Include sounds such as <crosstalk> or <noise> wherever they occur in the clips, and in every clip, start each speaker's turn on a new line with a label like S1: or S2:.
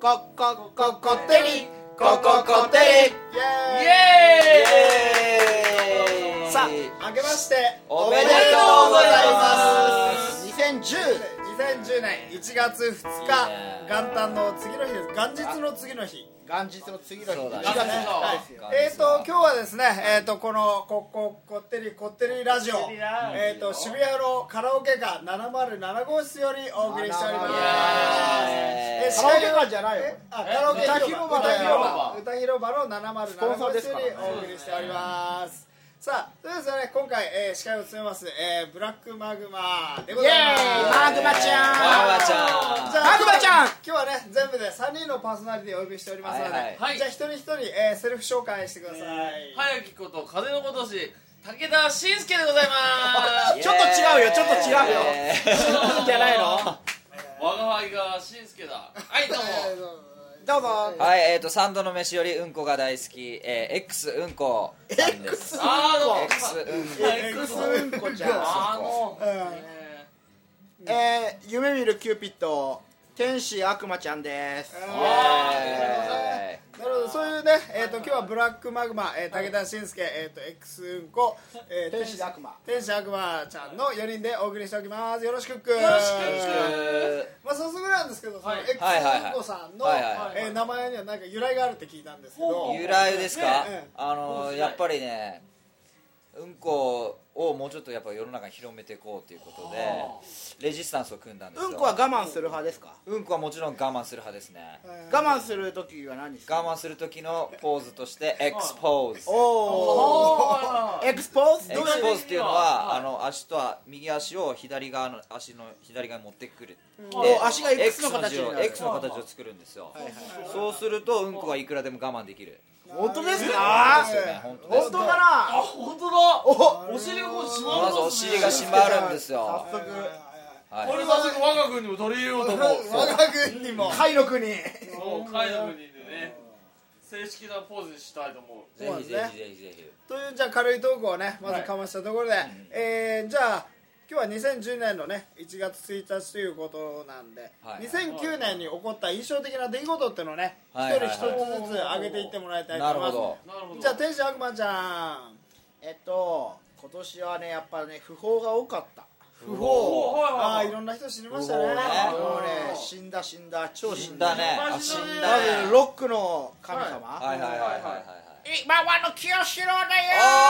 S1: ここここってりこここってりイ
S2: イ
S1: エ
S2: エ
S1: ーイ
S2: ーイ
S1: さあ明けまして
S2: おめでとう
S3: ござい
S2: ます
S1: 2010 2010年1月2
S2: いいね
S1: 日元旦の次の日です元日の次の日
S3: 元日の次の日
S2: そうだね
S3: 一月
S2: そう
S1: ねはい
S2: そう
S1: えーと今日はですねえーとこのこここってりこってりラジオ
S3: こってりラジオ
S1: えーと渋谷のカラオケ館707号室よりお送りしております
S2: イエーイ
S1: えー司
S3: カラオ
S1: 会
S3: ケ
S1: は
S3: 館じゃないよ
S1: あカラオケ
S3: 歌
S1: 広
S3: 広場
S1: 場歌
S3: だ
S1: 広
S3: よ
S1: 場歌広場の707
S3: スポンサーです
S1: よ
S3: か
S1: り
S3: ら
S1: お送りしておりますさあそれではね今回、えー司会を務めます、えーブラックマグマでございます
S3: イエーイマグマちゃん
S2: マグマちゃん
S1: じゃあ
S3: マグマちゃん
S1: 今日はね全部で3人のパーソナリティをお呼びしておりますので、
S2: はいはい
S4: はい
S1: じゃあ一人一人、えーセルフ紹介してください、
S4: 早きこと風のことし武田信介でございます
S3: ちょっと違うよちょっと違うよ <laughs>
S2: 違
S3: じゃないの
S4: 我が輩が信介だはいど
S1: えー
S4: うも
S1: どうぞ
S3: どうぞ
S2: はいえっ、ー、と三度の飯よりうんこが大好き、えー、X うんこさんです
S4: あーどうも
S2: X うんこ
S4: はい
S3: X うんこちゃん
S4: あーもう
S1: うん
S4: え
S3: えー夢見るキューピッド天使悪魔ちゃんです
S1: うん
S2: イエーイ
S1: なるほどそういうね、えー、と今日はブラックマグマ、えー武田信介、えー、と X うんこ、えー
S3: 天使悪魔
S1: 天使悪魔ちゃんの4人でお送りしておきますよろしくっくよろ
S4: ろしくっ
S1: まあ早速なんですけど、
S4: はい
S1: その X
S2: はいはいはい
S1: うんこさんの、
S2: はいはい
S4: はい
S1: えー名前にはなんか由来があるって聞いたんですけど
S2: 由来ですか、
S1: ね
S2: あの
S4: うん
S2: やっぱりねうんこをもうちょっとやっぱ世の中に広めていこうということでレジスタンスを組んだんですよ
S3: うんこは我慢する派ですか
S2: うんこはもちろん我慢する派ですね
S1: うん
S3: 我慢する時は何ですか
S2: 我慢する時のポーズとしてエクスポーズ
S3: おお
S4: あー
S3: エクスポーズ
S2: エ
S3: どう
S2: ク
S3: や
S2: ス
S3: っ
S2: ポ
S3: て
S2: ーズっていうのは、あの足とは右足を左側の足の左側に持ってくる、で
S3: お足が X の形
S2: X の
S3: に
S2: 字
S3: な
S2: を
S3: る
S2: X の形を作るんですよ、そうするとうんこはいくらでも我慢できる
S3: 本当です
S2: で
S3: か
S2: すよね本当です
S3: 本当だな
S4: あ本当だお尻がこう締ま
S2: ま
S4: りますね
S2: ずお尻が締まるんですよ、
S3: 早
S1: はいは
S3: 速
S2: はい
S1: い
S4: これ早速我が君にも取り入れようと思う
S1: 我が軍にも
S3: カイロ国
S4: そう海の国でね正式なポーズにしたいと思う
S2: ぜひぜひぜひぜひ
S1: というじゃあ軽いトークをねまずかましたところで、えーじゃあ今日は2010年のね1月1日ということなんで、
S2: はい
S1: 2009年に起こった印象的な出来事っていうのをね、
S2: はい
S1: 一人一つずつ上げていってもらいたいと
S2: なる
S1: 思いま
S2: ほ
S1: す、
S2: ど
S4: なるほど
S1: じゃあ天使悪魔ちゃん
S3: えっと今年はねやっぱね不法が多かった
S2: 不
S4: おー
S2: 法
S1: あ
S4: は
S1: あい
S4: いはい
S1: ろんな人知りました
S2: 不
S1: ね
S2: 法ね
S3: もうね死んだ死んだ超
S2: 死
S3: 死
S2: ん
S3: ん
S2: だ
S3: だ
S2: ねあ死
S4: 死
S2: ん
S4: んだね
S3: ま
S2: だね
S3: ずロックの神
S2: は
S3: 様
S2: いはいはいはいはい
S3: 今はの清志郎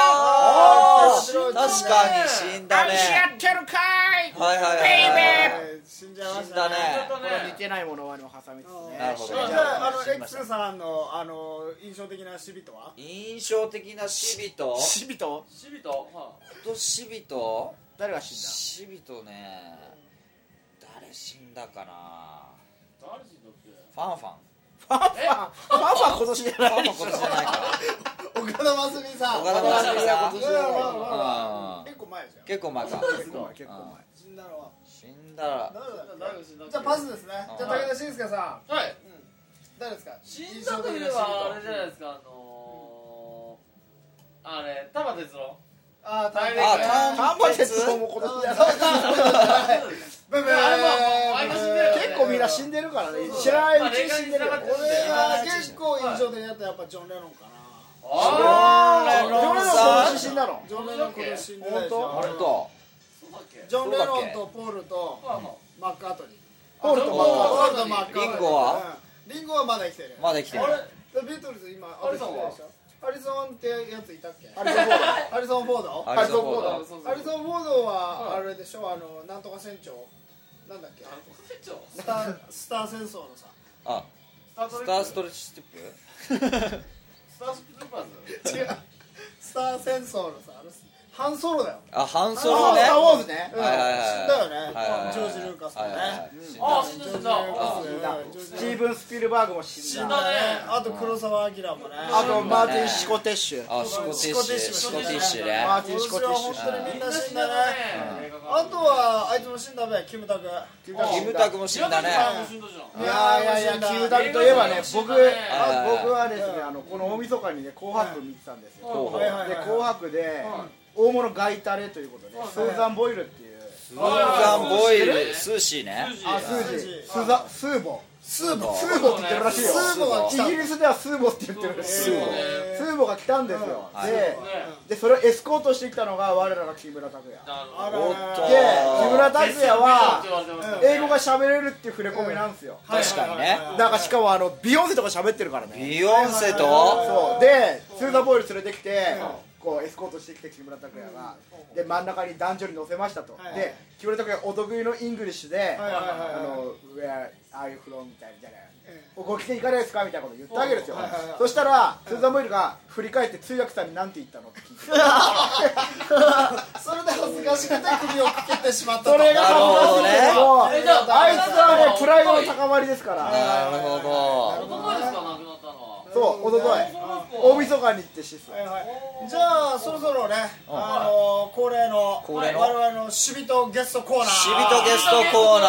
S2: あ
S1: ー
S2: ー
S1: 面白
S2: 確
S1: い
S2: かに死んだね
S3: てるかい
S2: はいはいはいはい
S1: えー死んじゃいま
S2: 死
S1: し
S2: ん
S1: た
S2: だ
S1: ね
S2: ね
S3: これ似てないものはの挟みつつね
S2: なるほど
S1: じ
S2: ね
S1: ゃああ
S2: 死
S1: の
S2: にました
S1: X さんのあの印象的な死
S2: <laughs>
S1: 人は
S2: 印象的な死人と
S3: 死人
S4: シビタは
S2: と死人
S3: 誰が死んだ
S2: <laughs> 死人ね誰死んだかない
S4: 誰死んだっけ
S2: ファンファン
S3: ファンファンファンファン今年じゃ
S2: ファ
S3: な
S2: ン
S3: い
S2: ファ
S3: でしょ
S2: ン今年じゃないか
S1: 岡田真澄さん
S2: 岡田
S3: 真
S2: 真澄さん
S1: うんうんうん
S2: うん
S1: 結構前じゃん
S2: 結構前か
S3: 結構前結構前
S1: 死んだのは
S2: 死んだ
S1: <laughs>
S2: ら
S1: 誰だっけ
S4: 誰が死んだっけ
S1: じゃあパスですね。じゃあ武田信介さん、
S4: はい
S1: 誰ですか。
S4: 死んだといえばあれじゃないですかあのー、あれ玉哲郎
S1: あー、大変。
S2: あ
S1: あ、
S3: 丹波哲郎も今年じゃない
S1: ブブー。
S3: 結構みんな死んでるからね
S4: そうそう
S3: 知らないうちに死んでるよ
S4: まあ霊感に
S1: 俺
S4: 繋
S1: は結構印象的だったやっぱジョンレノンかな。
S2: あ
S3: ジョンレ
S2: ー
S3: ノン今年死んだの
S1: ジョンレノンこれ死んでたでし
S2: あ
S1: ょ。
S2: れと
S4: そうだっけ
S1: ジョンレノンとポールとマッカートニー。
S3: ホールとマッカート
S1: ポールとマッカートニ
S2: リ
S1: ー。
S2: ンゴは
S1: うん？リンゴはまだ生きてる。
S2: まだ来てる
S4: あれ
S1: でビートルズ今
S4: ハリソンは
S1: あれしてるでしょハリソンってやついたっけ？
S3: ハリソンフォード
S1: ハリソンフォード？
S2: ハリソンフォード
S4: ハリソンフォード
S1: ハリソンフォードは
S4: は
S1: あ
S4: い
S1: れでしょあのなんとか船長なんだっけ？
S4: 船長
S1: スタースター戦争のさ。
S2: あ
S4: スター
S2: ス
S4: ス
S2: タ
S4: タ
S2: ー
S4: ー
S2: ス
S4: ス
S2: ト
S4: ト
S2: レッチステップ
S1: <laughs>
S4: リッパーズ
S1: 違うスター戦争のさあのハンソロだよ
S2: あ半
S1: あ
S2: ソロね
S1: スターウォーズ
S3: ね
S1: うん
S2: はいはいはい
S1: 死んだよね
S2: はいはいはい
S1: ジョージ・ルーカスも
S2: はいはいはい
S1: ね
S2: 死んだ
S4: あー死んだ死んだ
S1: あ死
S4: あ
S1: んだジョージ
S3: スティーブン・ス
S1: ルーカ
S3: ピルバーグも死ん
S4: 死ん
S3: だ
S4: だ
S1: スねあと黒澤明もね
S3: あとマーティン・シコテッシュ
S2: あシコティッシュシ
S1: シ
S2: コ
S1: コ
S2: テ
S1: テ
S2: ィッ
S1: ィッ
S2: シュ
S1: シュ
S2: ね
S3: マーテ
S1: 今
S3: ィン・シ
S1: 年
S3: コテ
S1: は
S3: ッシュ
S1: 本当にみんな死んだね
S4: ね
S1: あとはあいつも死んだべキムタク
S3: キムタク
S2: キムタクも死んだね
S4: 死んだじゃ
S3: いやい
S4: ん
S3: やいや、キムタクといえばね、僕、あ僕はですね、あのこの大晦日にね、紅白見てたんですよ。
S2: 紅
S1: はい
S2: 白
S1: はい
S3: で、紅白
S1: はい
S3: で、大物ガイタレということで、スーザンボイルっていう。
S2: スーザン・ボイルスーシーね
S3: あ、スージー、スザ、スーボ、
S1: スーボ
S3: スーボって言ってるらしいよ
S1: スーボが来た
S3: イギリスではスーボって言ってるらしい
S2: スーボ
S1: へ
S3: ス
S1: ー
S3: ーボが来たんですよ、
S2: はい
S3: ででそれをエスコートしてきたのが我らが木村拓哉
S1: あら
S2: おっ
S1: ら
S2: と
S1: ら
S3: で木村拓哉は
S1: うん
S3: 英語が喋れるっていう触れ込みなんですよ、
S1: はい
S2: 確かにね
S1: はいはいはい
S3: なんかしかもあのビヨンセとか喋ってるからね
S2: ビヨンセと
S1: はいはいはい
S3: そうでスーザーボーイル連れてきて、こうエスコートしてきて木村拓哉が、で真ん中に男女に乗せましたと、
S1: はい
S3: で木村拓哉お得意のイングリッシュで、
S1: はいはいはい
S3: あ
S1: はい
S3: の「Where are you from?」みたいなみたいな
S1: え
S3: 「ご来ていかないですか?」みたいなこと言ったわけですよ、
S1: はいはいはい
S3: そしたらスーザーボーイルが振り返って通訳さんに何て言ったのって聞いて
S1: <laughs> えそれで恥ずかしくて首をかけてしまったと
S3: それが恥ずかしいけども、
S4: なるほどねえじゃあ
S3: あいつはねプライドの高まりですから、
S2: なるほど
S3: そうおととい大晦日に行ってシス、
S1: はいはいじゃあそろそろねあの恒例の
S2: 恒例の
S1: 我々の守備とゲストコーナー
S2: シビトゲストコーナ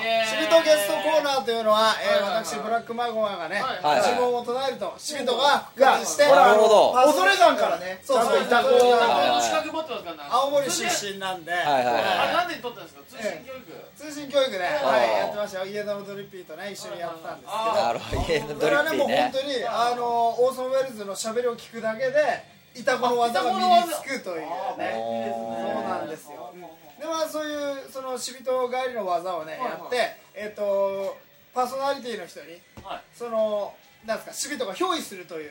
S2: ー
S1: シビトゲストコーナーというのは、えー
S4: はいはいはい
S1: 私ブラックマゴマがね、
S4: はい
S2: はい
S1: 呪文を唱えるとシビトが復活して
S3: いやほら
S2: なるほど
S1: パーソ
S3: 恐
S1: ナリティ
S3: 山からね、ち
S1: そう
S3: ゃん
S1: そう
S3: といた子
S1: そうそう
S2: はい
S1: 青森出身なんで、
S2: いはいはい
S1: 通信教育ね、
S2: はい
S1: はい、やってましたよ家のドリピーとね一緒にやったんです
S2: な
S4: あ
S2: るほど家の
S1: け
S2: ド
S1: どこ
S2: リ
S1: れ
S2: ッ
S1: はね
S2: ピー
S1: もう本
S2: ね
S1: 当にあのオーソン・ウェルズのしゃべりを聞くだけでいたこの技が身につくというねでまあそういうその死人帰りの技をね、
S4: いはい
S1: やってえっ、とパーソナリティの人にそのなんですか死人が憑依するという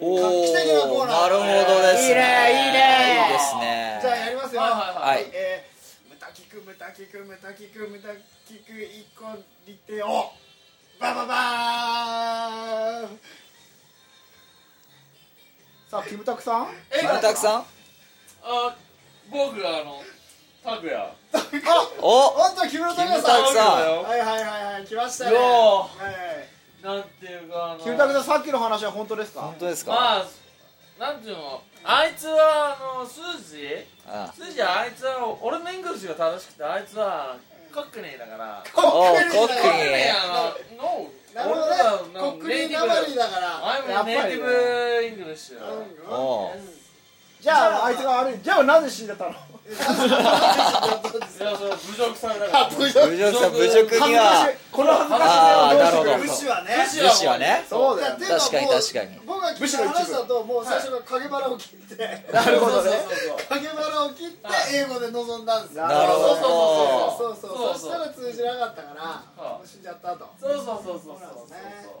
S2: お
S1: 画期的なコー
S2: お
S1: ナ
S2: な
S1: ー
S2: るほどです
S3: いい
S2: ね
S3: ねいいね
S2: いいですね
S1: じゃあやりますよ
S4: はいはい
S2: はい
S1: はいえームタキクムタキクムタキクムタキク一個利手をバババーン
S3: さあキムタクさん
S2: キムタクさんお
S1: おっと木
S2: 木村
S1: 村拓哉
S2: 拓
S1: さ
S2: 哉さ
S1: んはいはいはいはい来ましたね
S4: よー
S1: はい
S4: なんていうかあの
S3: キムタクさんさっきの話は本当ですか
S2: 本当ですか
S4: まあなんていうのあいつはあのスージ
S2: う
S4: ー
S2: ん
S4: スージーはあいつは俺のイングリッシュが正しくてあいつはコックネイだから
S1: コ
S2: お
S1: ックリ
S2: コッ
S1: だ
S2: ク
S1: から
S4: コックネイ
S2: <laughs>
S4: あの
S1: な
S4: No
S1: るほ
S4: 俺
S1: どねコックリなまりだから
S4: アイ
S3: やっぱ
S4: ム
S3: り
S4: ネイ
S3: ね
S4: ティブイングリッシュ
S2: おう
S3: じゃああいつが悪いじゃあなぜ死んでたの
S4: いやそう侮辱されたから
S1: 武
S2: 侮辱さん侮辱には
S3: この恥ずかしさをどうしてくれる
S2: あーなるほ
S1: 士はね
S4: 武士
S2: 女子はね
S3: そう
S1: い
S3: だ
S1: や
S3: よ
S1: て
S3: ね
S1: いう
S2: 確かに
S1: もう
S2: 確かに
S1: 僕が聞いた話だともう最初から影腹を切って
S3: なるほどね
S1: 影腹を切って英語で臨んだんですよ
S3: なるほど
S1: そうそうそうそうそうそし
S4: そうそう
S1: たら通じなかったから
S4: はい
S1: もう死んじゃったと
S4: そうそうそうそうそう
S1: そうなんです
S4: そうそう
S1: ね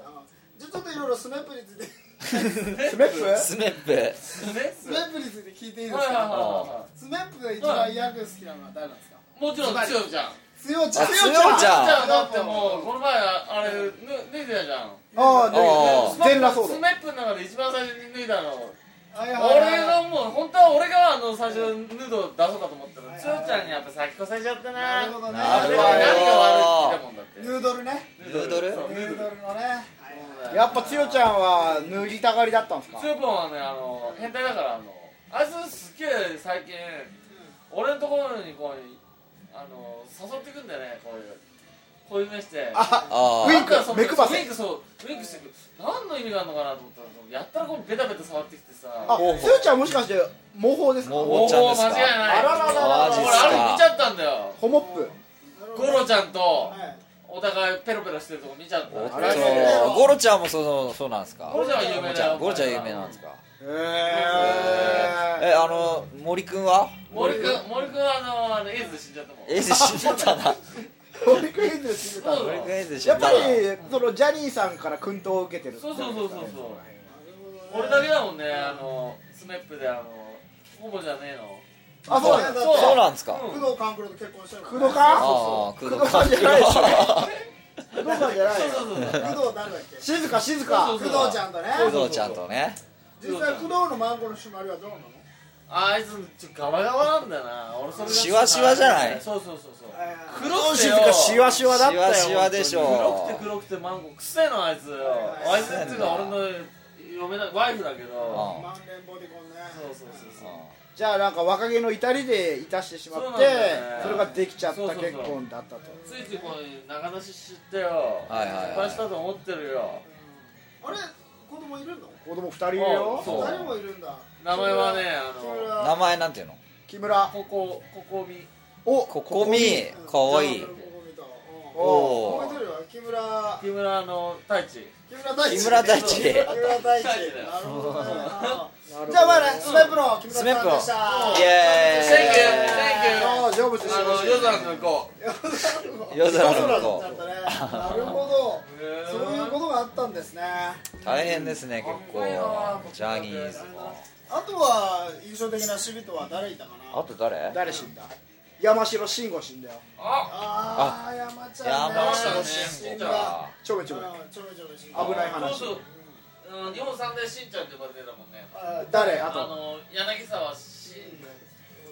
S1: うんじゃあちょっといろいろスメップについて
S3: スメップ
S2: スメップ
S4: そうね
S1: スメップについて聞いていいです
S4: はいはいはい
S1: か
S4: は
S1: スメップが一番役好きなのは誰なんですか
S4: いもちろん強いじゃん
S1: 強ちゃん
S2: あ強ちゃん
S4: じゃあだってもうこの前あれぬ脱いでたじゃん
S3: あ
S2: あ
S3: あ全裸そうだ
S4: スマップの中で一番最初に脱いだの
S1: はいはいはい
S4: 俺がもう本当は俺があの最初ヌード出そうかと思った
S1: は
S4: ら
S1: い
S4: つよちゃんにやっぱ先越されちゃったな
S1: なるほどね
S4: あ
S2: なる
S4: れは
S2: ほど
S4: 何が悪いって言ってたもんだって
S2: ヌードル
S1: ヌードルねヌー
S4: そうヌー
S1: ド
S4: ドル
S1: ルのね
S3: やっぱつよちゃんは脱ぎたがりだったんですか
S4: つよぽんはねあの変態だからあのあいつすっげえ最近俺のところにこうあの誘ってくんだよねこういうこういう目して
S3: あ
S2: あ
S3: ウィ
S2: ー
S3: ンク
S4: なんかその
S3: 目くばせ
S4: ウィンクそうウィンクしてくる何の意味があるのかなと思ったらやったらこうベタベタ触ってきてさ
S3: あつよちゃんもしかして模倣ですか
S2: 模
S4: お
S2: 倣
S4: お
S2: ちゃんですか
S4: 間違いない
S3: あらららら
S2: マ
S4: 俺
S2: ジっすか
S4: あれ見ちゃったんだよ
S3: ホモップ
S4: ゴロちゃんと
S1: はい
S4: お互いペロペロしてるとこ見ちゃった
S2: おっと
S4: ゴロちゃん
S2: ゴロちゃんもそのそうなんですか
S4: ゴロちゃんは有名だよ
S2: ゴロちゃん有名なんですか
S3: へ
S2: えあの森くんは
S4: 森くん森くんはあのあのエイズで死んじゃったも
S3: <laughs>
S4: ん
S2: エイズ死んじゃったな
S3: トリックヘイズで死んでた
S4: そう
S3: の
S2: 森くんエイズ死んじ
S3: や
S2: ゃ
S3: っ
S2: っ
S3: ぱ
S2: た
S3: り
S2: な
S3: そのジャニーさんから薫陶を受けてる
S4: そうそうそうそうそう俺
S1: 俺
S4: だ
S1: だ
S4: け
S1: け
S4: だもんねあのスメップであのホモじゃねえの
S3: あそうなんだ
S1: そう
S2: そうなんですか
S4: うん
S1: 工藤官九郎と結婚したの
S3: 工藤官
S2: ああ
S3: そ
S2: 工
S3: う
S2: 藤
S3: そう
S2: 官九
S3: 工藤官じゃないでしょ
S2: 郎
S3: 工藤さんじゃない
S4: そう
S3: よ
S4: そうそうそう
S1: 工藤誰だっけ
S3: 静か静
S4: そ
S3: か
S4: うそう
S1: 工藤ちゃんとね
S4: そうそう
S2: 工藤ちゃんとね
S1: 実際工藤のマンゴーの締まりはどうなの
S4: あいつちょっとガバガバなんだよな俺それが
S2: シワシワじゃない
S4: そうそうそうそう
S1: はい
S4: 黒くて
S3: 静
S4: よ
S3: かシワシワだったよ
S2: シワシワでしょ
S4: 黒くて黒くてマンゴーくせえのあいつよあいつっていうか俺の嫁だワイフだけど
S2: あ
S1: 満連ボディコンね
S4: そうそうそうそう
S3: じゃあなんか若気の至りでいたしてしまって
S4: そう
S3: そ,、
S4: なんだよね
S3: れができちゃっ
S4: そう
S3: た
S4: そうそう
S3: 結婚だったと
S4: ついついこう長出ししてよ
S2: はいはいはい
S4: 失敗したと思ってるよ
S1: あれ子供いるの
S3: 子供二人いるよ
S4: そう
S1: 誰もいるんだ
S4: 名前はね
S1: それ
S4: あ
S2: あ
S1: は
S2: 名前なんていうの
S3: 木村
S4: のここここみ
S3: お
S2: ここみかわいい
S1: うん
S2: お
S1: もう
S2: ー
S1: 一人は木村
S4: 木村の太一
S1: 木村大地
S2: 木村大地
S1: 木村大地
S4: 木村大地だよ
S1: なるほどね
S3: なるほど
S1: じゃあまあねスナイプの木村さんでし
S2: イエ
S1: た
S4: ーイ Thank you, thank you
S1: 成仏して
S4: あ
S1: ほし
S4: の
S1: い
S4: 夜空の向こう
S2: 夜空の向こ
S1: だったねなるほどそういうことがあったんですね
S2: 大変ですね
S4: かっ
S2: 結
S4: こいいな
S2: 構ジャニーズも
S1: あとは印象的な守備とは誰いたかな
S2: あと誰
S3: 誰死んだ山城慎吾死んだよ
S4: あ
S1: あー山ちゃんね
S2: 山
S4: 下
S2: 下
S4: 慎
S2: 慎吾
S4: 吾か
S2: か
S3: ちょめ
S1: ち
S3: ち
S1: ょ
S3: ょ
S1: め
S3: め
S1: ちょめちょめちょめ
S3: 危ない話
S4: そうそううん日本三大しんちゃんって呼ばれてたもんね
S1: あー
S3: 誰
S4: あ
S3: あと
S4: の柳沢しん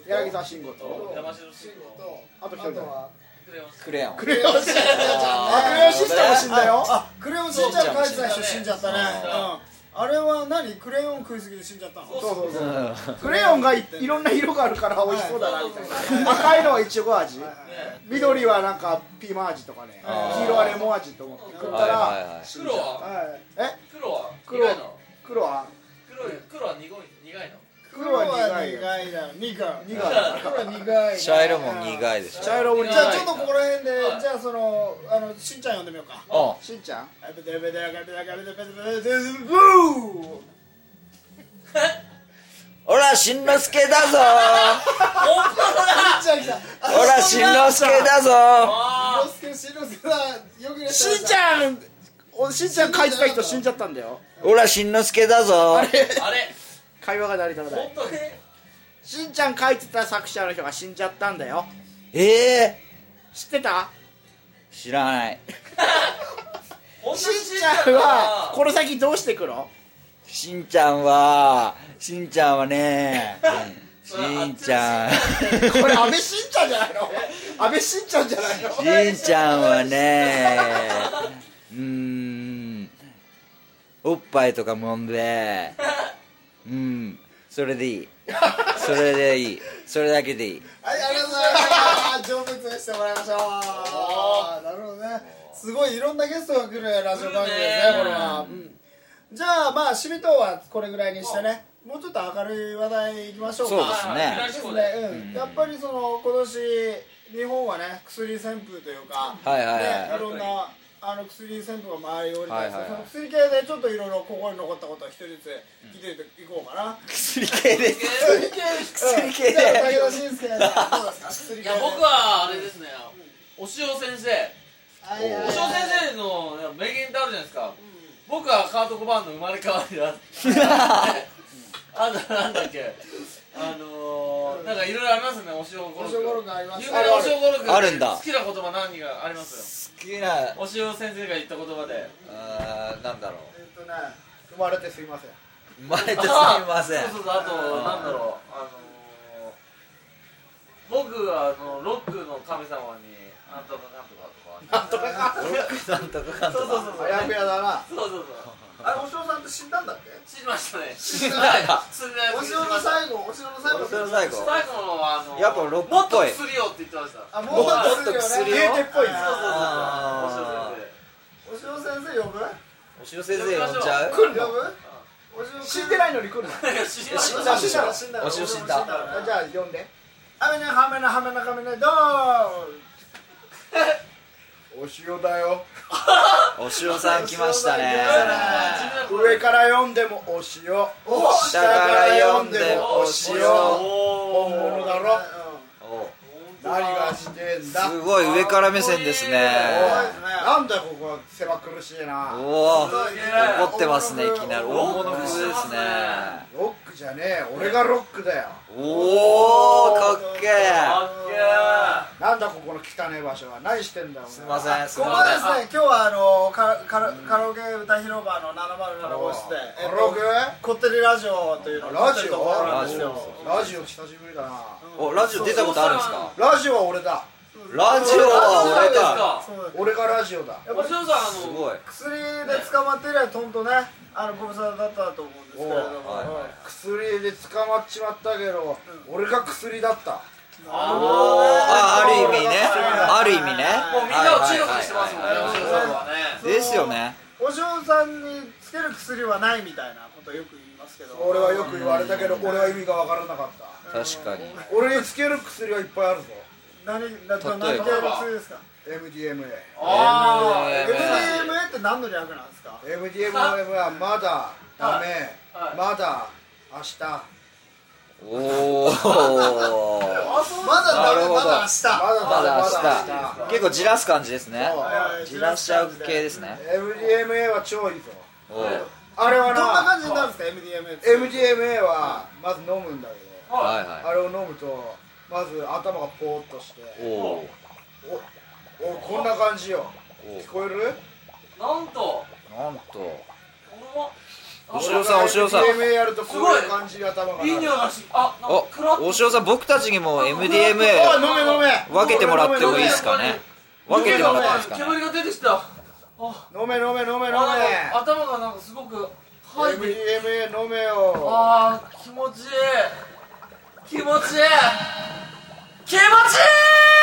S3: 柳沢慎吾と
S4: と山城慎吾と
S1: と
S3: あと一人だよ
S1: は
S4: クレヨン
S2: クレヨン
S1: クレヨンしんちゃん
S2: あー
S1: ね
S3: クレヨンシスターも死んだよ
S1: あクレヨンしんちゃん書いてた人死んじゃったね
S4: そう
S1: うんあれは何クレヨン食いすぎて死んじゃったの
S3: そうそうそう
S2: うん
S3: クレヨンがいいろんな色があるから美味しそうだなみたいな赤いのはイチゴ味
S4: ね
S3: 緑はなんかピーマン味とかね
S2: あー
S3: 黄色はレモン味と思って食った
S2: はいはいは
S3: ら
S2: い
S3: 死んじゃう
S4: 黒は
S1: はい
S3: え
S4: 黒は
S3: 黒
S4: 苦いの
S3: 黒は
S4: 黒い黒は苦い苦いの
S1: 黒は苦いだよ苦
S3: 苦
S1: い
S3: い
S1: 黒は苦い
S2: 茶色も苦
S1: い
S2: いでしょ
S3: 茶色も苦い
S1: じゃあちょっとここら辺で
S4: はい
S1: じゃあそのあのしんちゃん呼んでみようか
S2: お
S3: しんちゃん
S1: ベテベテベテベテベテベテブー
S2: ほらしんのすけだぞ
S1: しんちゃん来た
S2: ほらしんのすけだぞ
S4: あ
S1: しんのすけしんのすけだよくいらっしゃい
S3: し
S1: ま
S3: ん
S1: し
S3: ち
S1: た
S3: ゃんおしんちゃん書いてた人死んじゃったんだ
S1: <laughs>
S3: よ
S2: ほらしんのすけだぞ
S4: ああれ
S3: 会話が成り立たない
S4: 本当に
S3: しんちゃん書いてた作者の人が死んじゃったんだよ
S2: ええ
S3: 知ってた
S2: ー、知らない
S4: 本当に
S3: しんちゃんはこの先どうしてくの
S2: しんちゃんはしんちゃんはねしんちゃん
S3: これ安倍しんちゃんじゃないの安倍しんちゃんじゃないの
S2: しんちゃんはねうーんおっぱいとか揉んでうんそれでいいそれでいいそれだけでいい
S1: はい、ありがとうございます。上手してもらいましょう。なるほどね。すごいいろんなゲストが来るラジオ番組ですね、これは。うんじゃあまあ、シミとはこれぐらいにしてね、もうちょっと明るい話題いきましょうか。
S2: そうですね
S4: はい
S1: そう
S4: そう
S1: で
S4: ですね
S1: すねうん、やっぱりその今年日本はね薬旋風というか、
S2: はいはいはい
S1: ね、いろんなあの薬旋風が周りを降りて、
S2: はいはいはい
S1: その薬系でちょっといろいろ心に残ったことを一人ずつ聞いていこうかな。
S2: 薬系で
S1: 薬系
S2: 薬系
S1: じゃあ武田信介さんどうですか薬系
S4: いや僕はあれですねお塩先生
S1: はいはい
S4: お
S1: はい
S4: 塩先生の名言ってあるじゃないですか僕はカート・コバーンの生まれ変わりだあとなんだっけあのー、なんかいろいろありますよねお塩
S1: お
S4: 語
S1: 塩語
S4: 録
S1: 録あります
S4: 有名なお塩語録
S2: あるんだ
S4: 好きな言葉何があります
S2: 好きな
S4: よお塩先生が言った言葉で
S2: あーなんだろ
S1: えっとね
S3: 生まれてすいません
S2: う生まれてすみません
S4: そうそうそうあとなんだろうあのー、僕はあのロックの神様になんとかなんとかとか
S3: なんとかか
S2: なんとかかんと
S4: そうそうそう
S2: か
S4: そ
S3: あ
S4: う
S3: やふやだな
S4: そうそうそう
S1: あれお塩さんって死んだんだって
S4: 死にましたね
S1: 死んだ
S4: 釣れない
S1: お塩の最後お塩の最後
S2: お塩の最後
S4: 最後のはあの
S2: やっぱロックっぽい
S4: もっと薬をって言ってました
S1: あも
S2: も
S1: う
S2: っと薬を
S1: デーテっぽい
S4: そうそうそう
S1: な
S2: あー
S1: お塩先生呼ぶ
S2: お塩先生呼んじゃう
S1: 呼ぶお塩
S3: 死んでないのに来るの
S4: そう
S2: え
S4: そう
S2: 死ん
S4: 死ん
S2: だ
S4: だ
S2: んでしょ
S1: 死んだ死んだ
S2: お塩死んだ
S3: じゃあ呼んで
S1: あめねはめなはめなかめねど
S3: お塩だよ
S2: お塩さん来ましたね
S3: 上から読んでもお塩
S1: お
S2: 下から読んでもお塩
S3: 本
S4: お
S3: 物だ
S1: う
S3: ろ
S2: お
S3: 何がしてんだ
S2: すごい上から目線です
S1: ごい
S2: ね
S1: ですね
S3: なんだよここ狭苦しいな
S2: おお
S4: すげえ
S2: 怒ってますねいきなり大物風ですね
S3: ロックじゃねえ俺がロックだよ
S2: おおかっけ
S4: か
S2: え
S4: っけー
S3: なんだここの汚い場所は何してんだよ
S2: すいませんすい
S1: ここは
S2: ま
S1: で
S2: せ
S1: すね今日はあのカカラカラオケ歌広場の707号室でえっと
S3: ロック
S1: こってりラジオというのをや
S3: ラ
S1: って
S3: ジ
S1: るところなんですよ
S3: オラジオ久しぶりだなん
S2: おラジオ出たことあるんですか
S3: ラジオは俺だ
S2: ラジオは俺だ
S1: そうだ
S3: 俺がラジオだ
S1: やっ
S4: お
S1: ぱ
S4: 嬢
S1: り
S4: さんあの
S2: すごい
S1: 薬で捕まって以来とんとねあのご無沙汰だったと思うんですけれども、
S2: おうはいはい
S3: 薬で捕まっちまったけど俺が薬だった
S2: お
S4: あ
S2: おあある意味ねある意味ね
S4: のもうみんなを中毒にしてますもんね
S2: はいはいは
S4: お
S2: い
S4: 嬢
S2: はい
S4: さんはね
S2: ですよね
S1: お嬢さんにつける薬はないみたいなことよく言いますけど
S3: 俺はよく言われたけど俺は意味が分からなかった
S2: 確かに
S3: 俺につける薬はいっぱいあるぞ
S1: 何なな
S2: 例
S1: 何
S2: え
S1: 系
S2: ば
S1: の薬ですか
S3: MDMA
S4: あー
S1: MDMA って何の略なんですか
S3: MDMA はまだダメ
S4: はい
S3: まだ明日
S2: おお
S4: あそう
S1: まだ
S2: な
S1: ダ
S2: る
S1: メ
S2: ほど
S1: まだ明
S3: ま
S1: 日
S3: だダメ
S2: ま
S3: ま
S2: だ
S3: だ
S2: 結構じらす感じですね
S1: はい
S2: じらしちゃう系ですね
S3: 明日 MDMA は超いいぞ
S2: おおはい
S3: あれ
S1: ど
S3: は
S1: んな感じ
S3: な
S1: になるんですか MDMA って
S3: MDMA はまず飲むんだけど
S4: はい
S2: は
S3: あれを飲むとまず頭がポーっとして
S2: いおお
S3: おおこんな感じよ
S2: お
S3: 聞こえる
S4: なんと
S2: なんと
S4: この
S2: お塩さんお塩さん
S3: MDMA やるとこういう感じで頭がなる
S4: いい匂いがしあなん
S2: お
S4: か暗っ
S2: お塩さん僕たちにも MDMA
S3: あ飲め飲め
S2: 分けてもらってもいいですかね分けてもらっていいですかね
S4: 煙が出てきたあ
S3: 飲め飲め飲め飲
S4: なんか
S3: め
S4: 頭がなんかすごく入って
S3: MDMA 飲めよ
S4: あー気持ちいい気持ちいい気持ちいい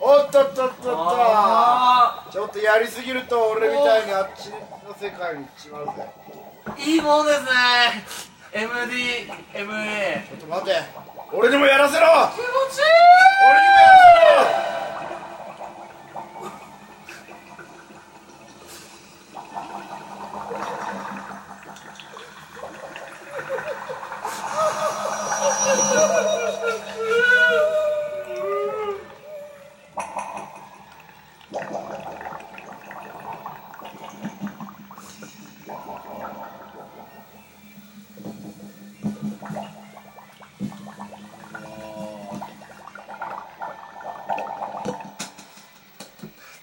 S3: おっとっとっとっと
S4: あ
S3: ちょっとやりすぎると俺みたいにあっちの世界に行っちまうぜ
S4: ーいいもんですね MDMA
S3: ちょっと待て俺にもやらせろ
S4: 気持ちい
S3: 俺にもやら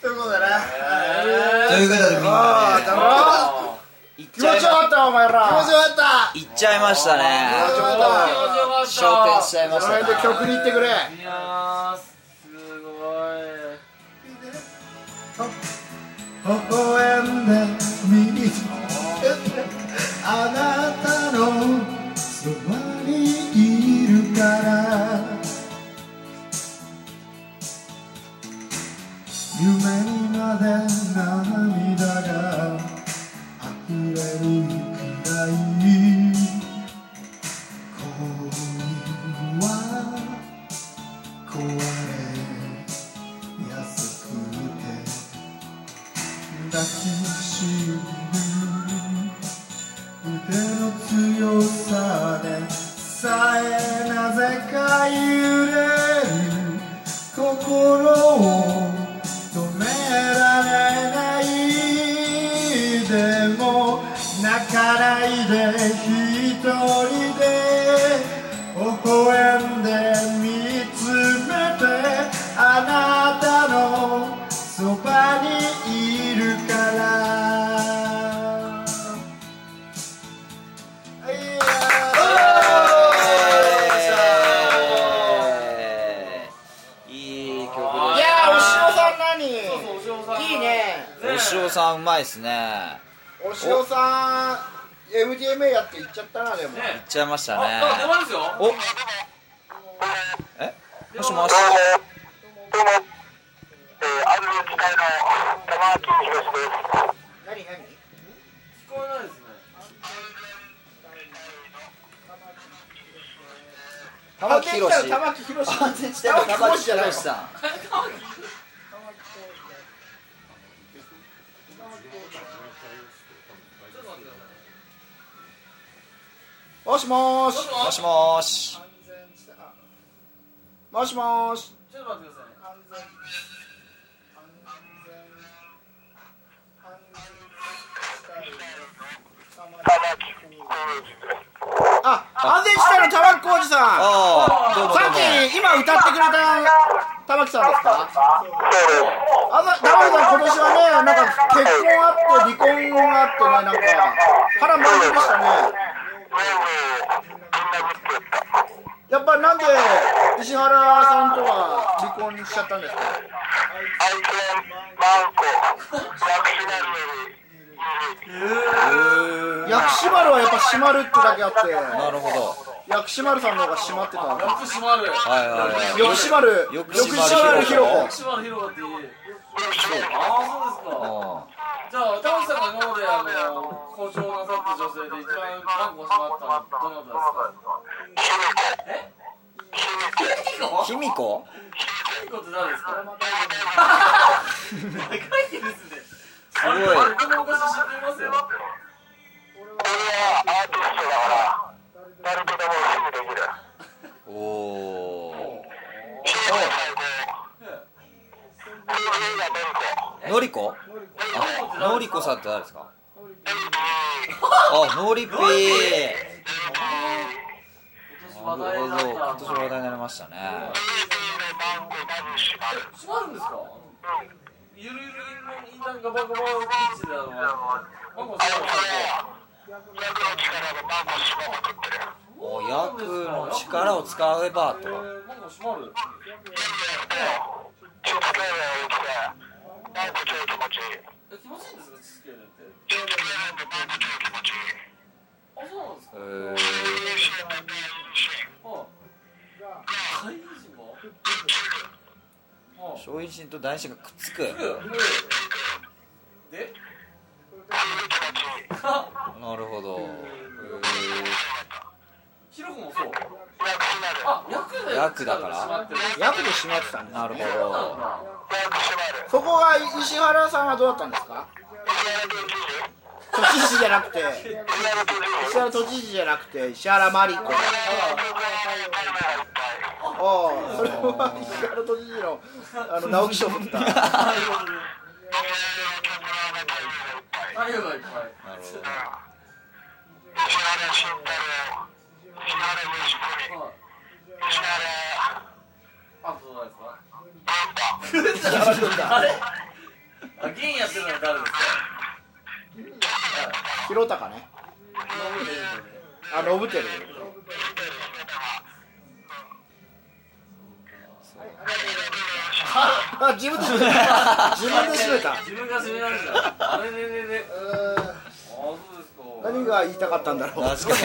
S1: ということでね
S2: ということでみんなね
S3: せろ
S4: あ
S2: 行っ
S3: 気
S2: ち
S3: 持
S2: ゃい
S3: ちよかったお前ら
S1: 気持ちよかっ
S2: 行っちゃいました
S3: 気持
S2: ね
S3: ちよか
S4: ー
S3: っ
S4: 気持
S2: 昇
S4: ちよか
S2: 天し
S4: っ
S2: ちゃいま
S3: た
S2: し
S3: その辺で
S2: たね
S3: 曲に行ってくれ
S4: たいやーすごい
S1: た微笑んで見つけてあなたのそばにいるから夢まで涙が溢れるくらい恋は壊れやすくて抱きしめる腕の強さでさえなぜか揺れる心を止められないでも泣かないで一人で微笑んで見つめてあなたのそばにいるからはい
S3: いやーおし
S2: いい曲
S4: いやーお塩さ
S3: さん何
S4: そうそうお塩さん
S3: いいね
S2: ですお塩さんうまいですね行
S3: おしおさん MDMA やって行っちゃったなでも
S4: ね
S2: っちゃいましたね
S4: あ、出番ですよ
S2: おえもしもし
S5: どうも、えー、ある機械の玉木宏です。
S3: 何何
S4: 聞こえないですね
S2: 玉木宏
S3: 玉木宏
S2: 安定してる
S3: 玉木
S2: 玉
S3: 宏
S2: 木
S3: じゃない
S2: 宏
S3: の
S2: さ
S3: もしもー
S4: ちょっ
S3: し
S4: と
S2: んも
S4: 待
S2: し
S4: って
S3: も
S2: もし
S3: しもーし
S4: ちょっと待ってください
S5: 玉木宏です。
S3: あ安全地帯の玉木浩二さん
S2: ああどうもどう
S3: さ
S2: も
S3: っき今歌ってくれた玉木さんですか
S5: そうです。
S3: あの、ダブルさん今年はね、なんか結婚あって離婚があってね、なんか波乱万丈でしたね。
S5: ウェイウェイ、ぶん殴ってやった。
S3: やっぱなんで石原さんとは離婚しちゃったんですか。
S5: 愛犬、マンコ、薬師丸より、
S3: 薬師丸はやっぱ閉まるってだけあって、
S2: なるほど
S3: 薬師丸さんの方が閉まってたん
S4: よ
S3: だ。
S4: く閉まるよ
S2: はいはいはい
S3: 薬師丸、
S2: よく
S3: 薬
S2: しま
S3: 師丸
S2: る
S3: ひろ子。
S4: く閉まる広がっていいああ、そうです
S2: あ
S4: かじゃあ、玉木さんが今まであの交渉なさった女性で一番マンコが閉まったのどなたですか
S5: 卑
S2: 卑弥
S4: え
S5: 弥呼、卑弥呼、
S2: 呼
S4: いこと誰ですか長いですね
S2: す
S4: あれ
S2: ごい
S4: 僕も昔知ってますよ
S5: 俺はアーティストだから誰とでもすぐできる
S2: おお
S5: シーズン最高夫婦映画弁護
S2: ーのりこあのりこさんって誰ですかあのりぴーなるほ
S4: 今年話題にな
S2: ど今
S4: った
S2: 年話題になりましたね
S5: バンコバン閉まる
S4: 閉まるんですかゆるゆるのインターンがバコバコビーチであのバコ
S5: あいつ
S4: 閉まる
S5: は役の力でバンコ閉まくってる
S2: お役の力を使えばと
S4: バコ閉まる
S5: 中途経営を起きてバンコ超気持ちい
S4: え
S5: い
S4: 気持ちいいんですか地球って
S5: 中途経営でバンコ超気持ちいい
S4: あそうな
S2: えー
S4: んですか <laughs>
S5: 練習の大事
S4: はい怪人もはい
S2: 松陰神と大師がくっつく
S4: で
S2: なるほど
S4: ヒロ君もそう
S5: 役閉まる
S4: あ役で
S2: 役だから
S4: 閉まってる
S3: 役で閉まってたんです
S2: なるほ
S4: そうなん
S2: ど
S4: だ
S5: 役閉まる
S3: そこは石原さんはどうだったんですか
S5: 石原県知事
S3: 都知事じゃなくて
S5: 石原県知事
S3: 石原都知事じゃなくて石原真理子おおそれは石原都知事のあの直木賞だった
S4: 太陽が
S2: なるほど
S4: いっぱいはいあとどうですかあれあ銀やってるのは誰ですか
S3: 広高ねあの信輝あ自分で閉めた自分で閉めた
S4: 自分が閉められたあれれれれあそうですか
S3: 何が言いたかったんだろう
S2: 確かに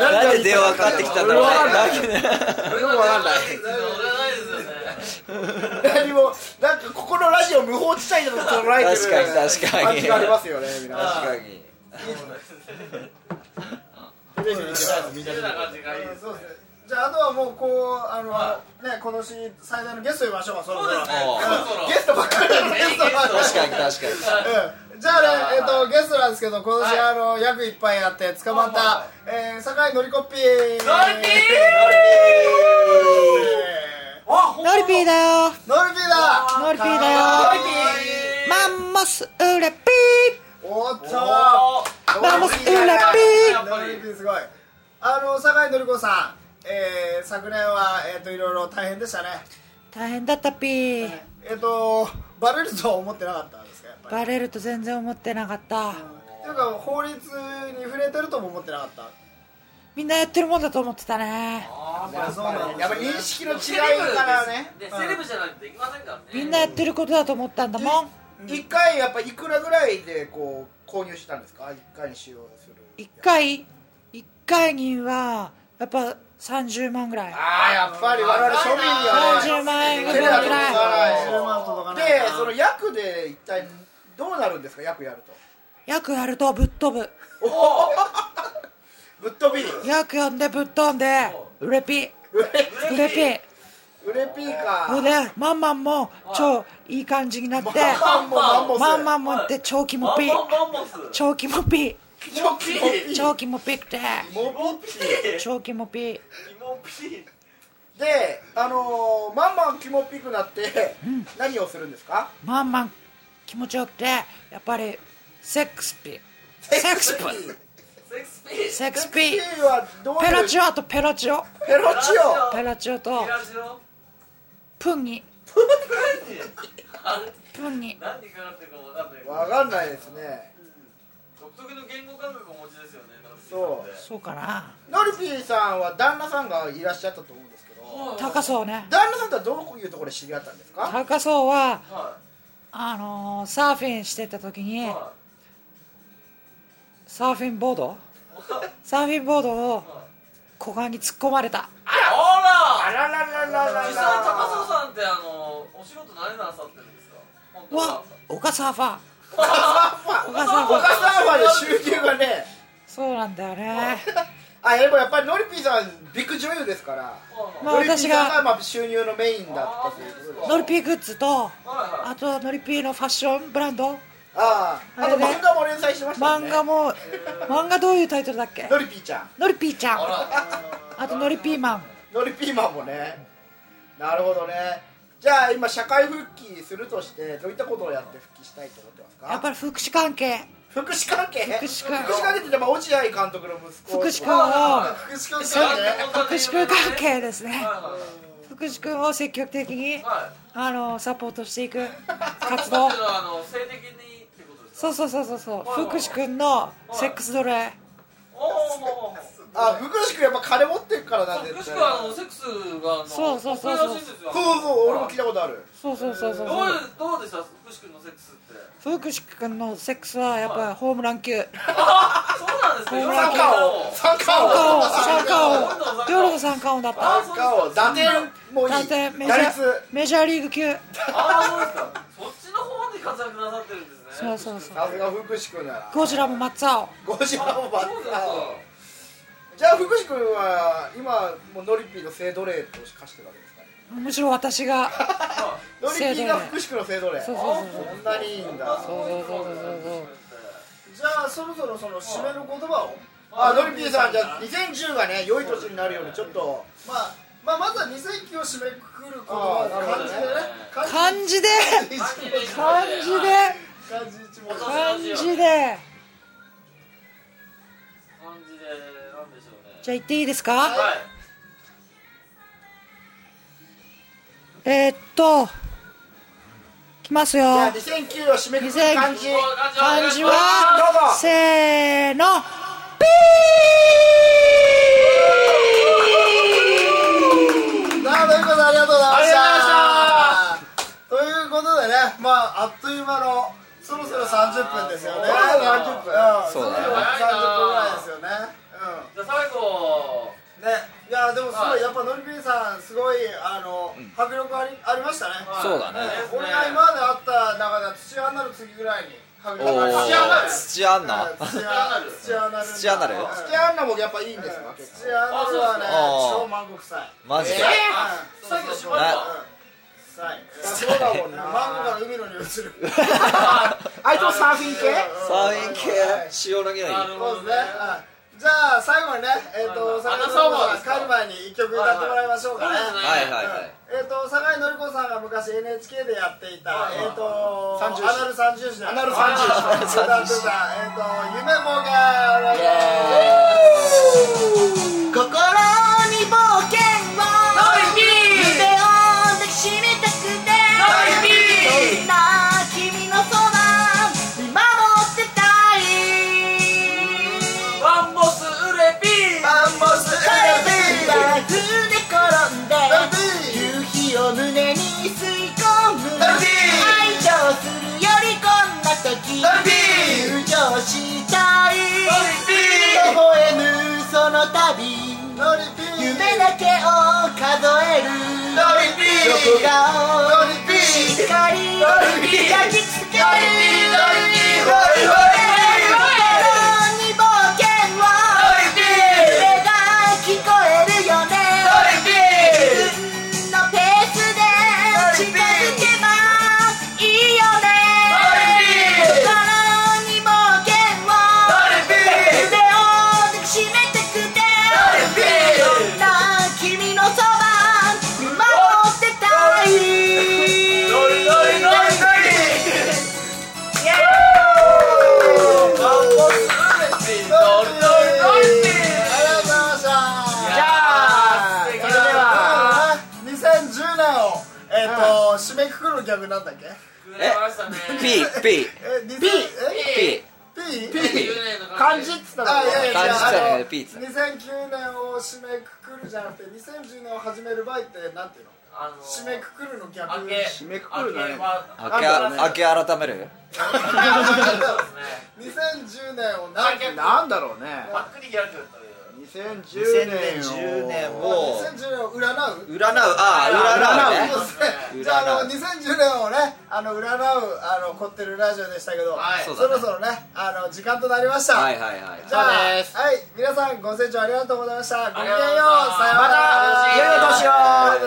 S2: なんで電話かかってきたんだろうね
S4: 俺はないですよね
S3: 何もなんかここのラジオ無法地帯だと捉えてる
S2: 確かに確かに
S3: 感じがありますよね皆さん
S2: 確かに
S4: 見たな感じがいいです
S1: そうですねじゃああとはもうこうあの、ね今年最大のゲスト呼びましょうかそろそろ
S4: そうですねそろそろ
S1: ゲストばっかりだねゲストばっか
S2: 確
S1: り
S2: かに確かに
S1: <laughs> うんじゃあね、えっと、ゲストなんですけど今年、あの約いっぱいやって捕まった、
S4: は
S1: えー、酒井のりこっぴー
S4: ノリピーあほん
S6: ノリピーだよ
S1: のりぴーだ
S6: ノリピーだよ
S4: ノリピ
S6: マンモスウレピ
S1: おっと
S4: お
S6: マンモスウレピー
S4: やっぱ
S1: の
S4: り
S1: りぴーすごいあの酒井のりこさんえー、昨年は、えっといろいろ大変でしたね
S6: 大変だったピー
S1: えっ、とバレるとは思ってなかったんですかやっぱり
S6: バレると全然思ってなかった
S1: なんか法律に触れてるとも思ってなかった
S6: みんなやってるもんだと思ってたね
S1: あそうなん
S3: やっぱり認識の違いからね
S4: でセレブじゃないとできませんからね
S6: みんなやってることだと思ったんだもん
S3: 一回やっぱいくらぐらいでこう購入したんですか一回に使用する
S6: 一回一回にはやっぱ30万ぐらい
S3: ああやっぱり我々庶民には
S6: 30
S3: ね
S6: 万円ぐ
S3: 手
S6: らい
S3: が
S6: ぐ
S3: 届
S6: らい
S1: 10万届か
S3: かな
S1: ないい
S3: でその役で一体どうなるんですか役やると
S6: 約やるとぶっ飛ぶ
S3: ぶっ飛び
S6: 約やんでぶっ飛んでウレピ
S3: <laughs> 売れ
S6: ウレピ
S3: 売れピー
S6: それ
S3: か
S6: でマンマンも超いい感じになって
S3: マンモマンモス
S6: マンマンもって超キモ
S4: バン
S6: ピー
S4: バンバンボス
S6: 超キモピ
S3: チョキ
S6: ー超キモピくて
S4: モピー
S6: 超キモピー
S4: モピ
S3: であのーマンマンキモピくなって何をするんですか
S6: まんまん気持ちよくてやっぱりセックスピーセックスピー
S4: セックスピー
S6: セックスピ
S3: ピ
S6: ー
S3: ーはどういう
S6: ペロチオとペロチオ
S3: ペロチオ
S6: ペロチオと
S4: ピラジオ
S6: プンニ
S4: 何あれ
S6: プンニ
S4: 何にかかってるかわかんないけど
S3: わかんないですね
S4: 独特の言語感覚をお持ちですよねなんて
S3: そう
S6: そうかな
S3: ノルピーさんは旦那さんがいらっしゃったと思うんですけど
S6: 高そうね
S3: 旦那さんとはどういうところで知り合ったんですか
S6: 高そうは
S4: は
S6: あのーサーフィンしてた時
S4: い
S6: に
S4: は
S6: サーフィンボード
S4: いはい
S6: サーフィンボードを股間に突っ込まれた
S4: あら
S3: あらららららら
S4: 実際高砂さんってあのお仕事何なさってるんですか本当
S6: うわ
S4: は
S6: オカサーファー
S3: サーファー
S6: オカサーファ
S3: 他
S6: ー
S3: サーファーで収入がね
S6: そうなんだよね
S1: あでもやっぱりノリピーさんビッグ女優ですから
S6: まあ
S1: ノリピー
S6: 私
S1: さん
S6: が
S1: がまあ収入のメインだったということで
S6: ノリピーグッズと
S4: は
S6: あとノリピーのファッションブランド
S1: あああと
S6: あれね
S1: 漫画も連載してましたもん
S6: 漫
S1: ね
S6: 画も漫画どういうタイトルだっけ
S1: ノリピーちゃん
S6: ノリピーちゃん
S4: あら
S6: あとノリピーマン
S1: ノリピーマンもねなるほどねじゃあ今社会復帰するとしてどういったことをやって復帰したいと思ってますか
S6: やっぱり福祉関係
S1: 福祉関係
S6: 福祉関係
S1: 福祉関係ってでも落合監督の息子
S6: 福祉君を
S1: 福祉関
S4: そう
S1: 係
S6: 福祉君関係ですね
S4: は
S6: 福祉君を積極的に
S4: いはい
S6: あのサポートしていく活
S4: だ
S6: 動
S4: けどあの性的にってことですか
S6: そうそうそうそうそう福祉君のセックス奴隷
S4: おお
S1: あ福祉君やっぱ金持ってるからなんで
S4: も
S1: す
S4: しくはあのセックスがあの
S6: そうそうそうそ
S4: 得意らしいん
S6: う
S4: ですよ
S1: そうそう俺も聞いたことある
S6: そうそうそうそう
S4: どう
S6: そう
S4: どうでした福士君のセックスって
S6: 福士君のセックスはやっぱりホームラン級シャン
S4: そうなんですね
S6: 僕
S1: 三
S6: ら
S1: 冠王三冠
S6: カ
S1: 王
S6: オンシャンカオン両方三冠王だった
S4: あ
S1: 三冠王打点もい
S6: だって
S1: い
S6: メジ
S1: 打
S6: ャ
S1: 率
S6: ーメジャーリーグ級
S4: ああそうですかそっちの方で活躍なさってるんですね
S6: そうそうそう
S1: さすが福祉君だな
S6: ゴジラも松尾
S1: ゴジラもバッ
S4: そうそう
S1: ター
S4: そう
S1: じゃあ福士君は今もうノリピーの性奴隷と化してるわけですかね
S6: むしろ私が
S1: ノリピーが福士君の性奴隷
S6: そう
S1: そ
S6: そうそうん
S1: なにいいんだ
S6: そうそうそうそうそう
S1: じゃあそろそろその締めの言葉をあノリピーさんじゃあ2010がね良い年になるようにちょっとまあまあまずは2009を締めくくるこ
S3: あーなるほ
S1: 感
S4: ど
S1: じ
S4: ね
S1: でね
S6: 漢字で
S1: 字
S6: 漢字で
S1: 漢字一文
S6: 漢字で
S4: 感じでなんでしょうね
S6: じゃあ言っていいですか
S4: はい
S6: えーっときますよ
S1: じゃあ2009を締めくくる感じどうぞ
S6: 漢字はせーの
S1: なあということでありがとうございました
S4: あ
S1: ということでねまああっという間のそろそろ30分ですよね
S3: あー
S1: うん
S2: そうだね
S1: そろそろ30分ぐらいですよねうん
S4: じゃあ最後
S1: ね、いやでもすご
S4: はい
S1: や
S4: い
S1: っぱノリピーさんすごいあの迫力ありありましたね。
S4: はい
S2: そうだね
S1: うん俺
S4: で
S1: が
S4: す
S1: 今まであった中では土屋アナの次ぐらいに迫
S2: おお
S1: 力がありま
S4: ー
S1: し
S2: 土ア
S1: た
S2: ンナ
S1: うん土屋アナ土屋
S2: 土屋アナ
S1: アナ
S2: ル
S1: 土屋アナもやっぱいいんですか。土屋アナはね
S2: あそうですか
S1: 超満国臭い。
S2: マジで
S1: うん
S4: 最
S1: そ
S4: 後
S1: うそ
S4: 縛
S2: な
S1: うそう
S4: るか
S1: 臭い。そうだもんね。マンゴーから海の匂いする。
S3: あいつもサーフィン系
S2: サイン系塩の匂い
S4: なるほ
S1: そう
S4: ど
S1: です
S4: ね
S1: ね。うんじゃあ最後にね、えっと
S4: はいは
S1: 坂井
S4: いあそうなん
S1: さんカ
S4: ですか
S1: ルマに一曲歌ってもらいましょうかね。
S4: はいはい
S2: はいはいはい
S1: えっ、と坂井紀子さんが昔 NHK でやっていた、
S4: はい
S1: えっ、と
S3: 三重詩
S1: アナル三重詩ア
S3: ナル三重詩
S1: 歌ってたえっ、と夢もが
S7: 心に冒険を
S4: ノリピー
S7: 腕を抱きしめたくて
S4: ノリ
S7: どんな君のそば見守ってたい
S4: ワンボスウレピー
S1: マンモス
S7: それでラ
S1: エ
S7: イフで転んで
S1: ルビー
S7: 夕日を胸に吸い込む
S1: ラ
S7: 愛
S1: ブリー
S7: 情するよりこんな時
S1: ラブリ
S7: 友情したい
S1: ラ
S7: 微笑むその度
S1: ノリピー
S7: 夢だけを数える
S1: ノリピー
S7: 横顔
S1: ノリピー
S7: しっかり
S1: ノリピー
S7: 焼き付ける
S1: ノリピーノリピー
S7: 心に冒険を夢が聞こえるよね自分のペースで近づけばいいよね心に冒険を腕を抱きしめてくてどんな君のそば見守ってたい
S1: 2010年を、えっと締めくくる曲なんだっけ
S2: ピーピー
S1: え
S2: ピ
S1: ?P! P?
S3: 漢字っつったら
S1: あいやいや
S2: 感じた
S1: 違うあ
S2: ら
S1: の
S2: ねピーツ
S1: 2009年を締めくくるじゃなくて2010年を始める場合ってなんていうの締めくくるの逆
S4: 明け
S3: 締めくくるのね
S2: 明けあ明け改める
S1: 2010年を何
S4: <laughs> 明け
S1: 年
S3: なんだろうね
S4: パックリギャグという
S3: 2010 2010
S2: 2010
S3: 年
S2: 年
S3: を
S2: を
S1: 2010年を占
S2: 占
S1: う
S2: うああ占うね
S1: そうですねじゃああの2010年をねあの占うあの凝ってるラジオでしたけど、
S4: はい
S1: そろそろねあの時間となりました、
S2: はいはいはい
S1: じゃあ
S3: そう
S1: は
S3: で
S1: い皆さんご清聴ありがとうございましたごきげんよう
S4: ありがとうございま
S1: さようなら
S4: したまたよろしく
S1: 良いお年を